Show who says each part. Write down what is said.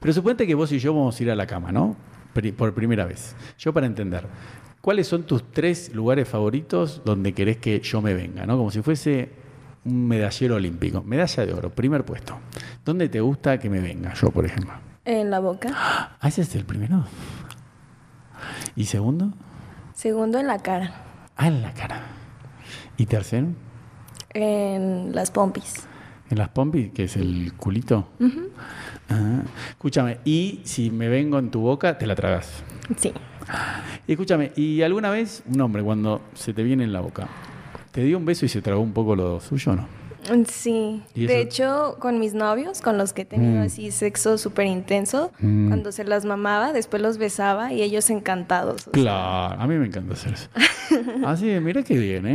Speaker 1: Pero suponte que vos y yo vamos a ir a la cama, ¿no? Pri- Por primera vez. Yo para entender. ¿Cuáles son tus tres lugares favoritos donde querés que yo me venga, ¿no? Como si fuese un medallero olímpico. Medalla de oro, primer puesto. ¿Dónde te gusta que me venga yo, por ejemplo?
Speaker 2: En la boca.
Speaker 1: Ah, ese es el primero. ¿Y segundo?
Speaker 2: Segundo, en la cara.
Speaker 1: Ah, en la cara. ¿Y tercero?
Speaker 2: En las pompis.
Speaker 1: En las pompis, que es el culito. Ah, escúchame, y si me vengo en tu boca, te la tragas.
Speaker 2: Sí.
Speaker 1: Y escúchame, ¿y alguna vez un hombre cuando se te viene en la boca, te dio un beso y se tragó un poco lo suyo o no?
Speaker 2: Sí.
Speaker 1: ¿Y
Speaker 2: De
Speaker 1: eso?
Speaker 2: hecho, con mis novios, con los que he tenido así sexo súper intenso,
Speaker 1: Mm.
Speaker 2: cuando se las mamaba, después los besaba y ellos encantados.
Speaker 1: Claro, a mí me encanta hacer eso. Así que mira qué bien, ¿eh?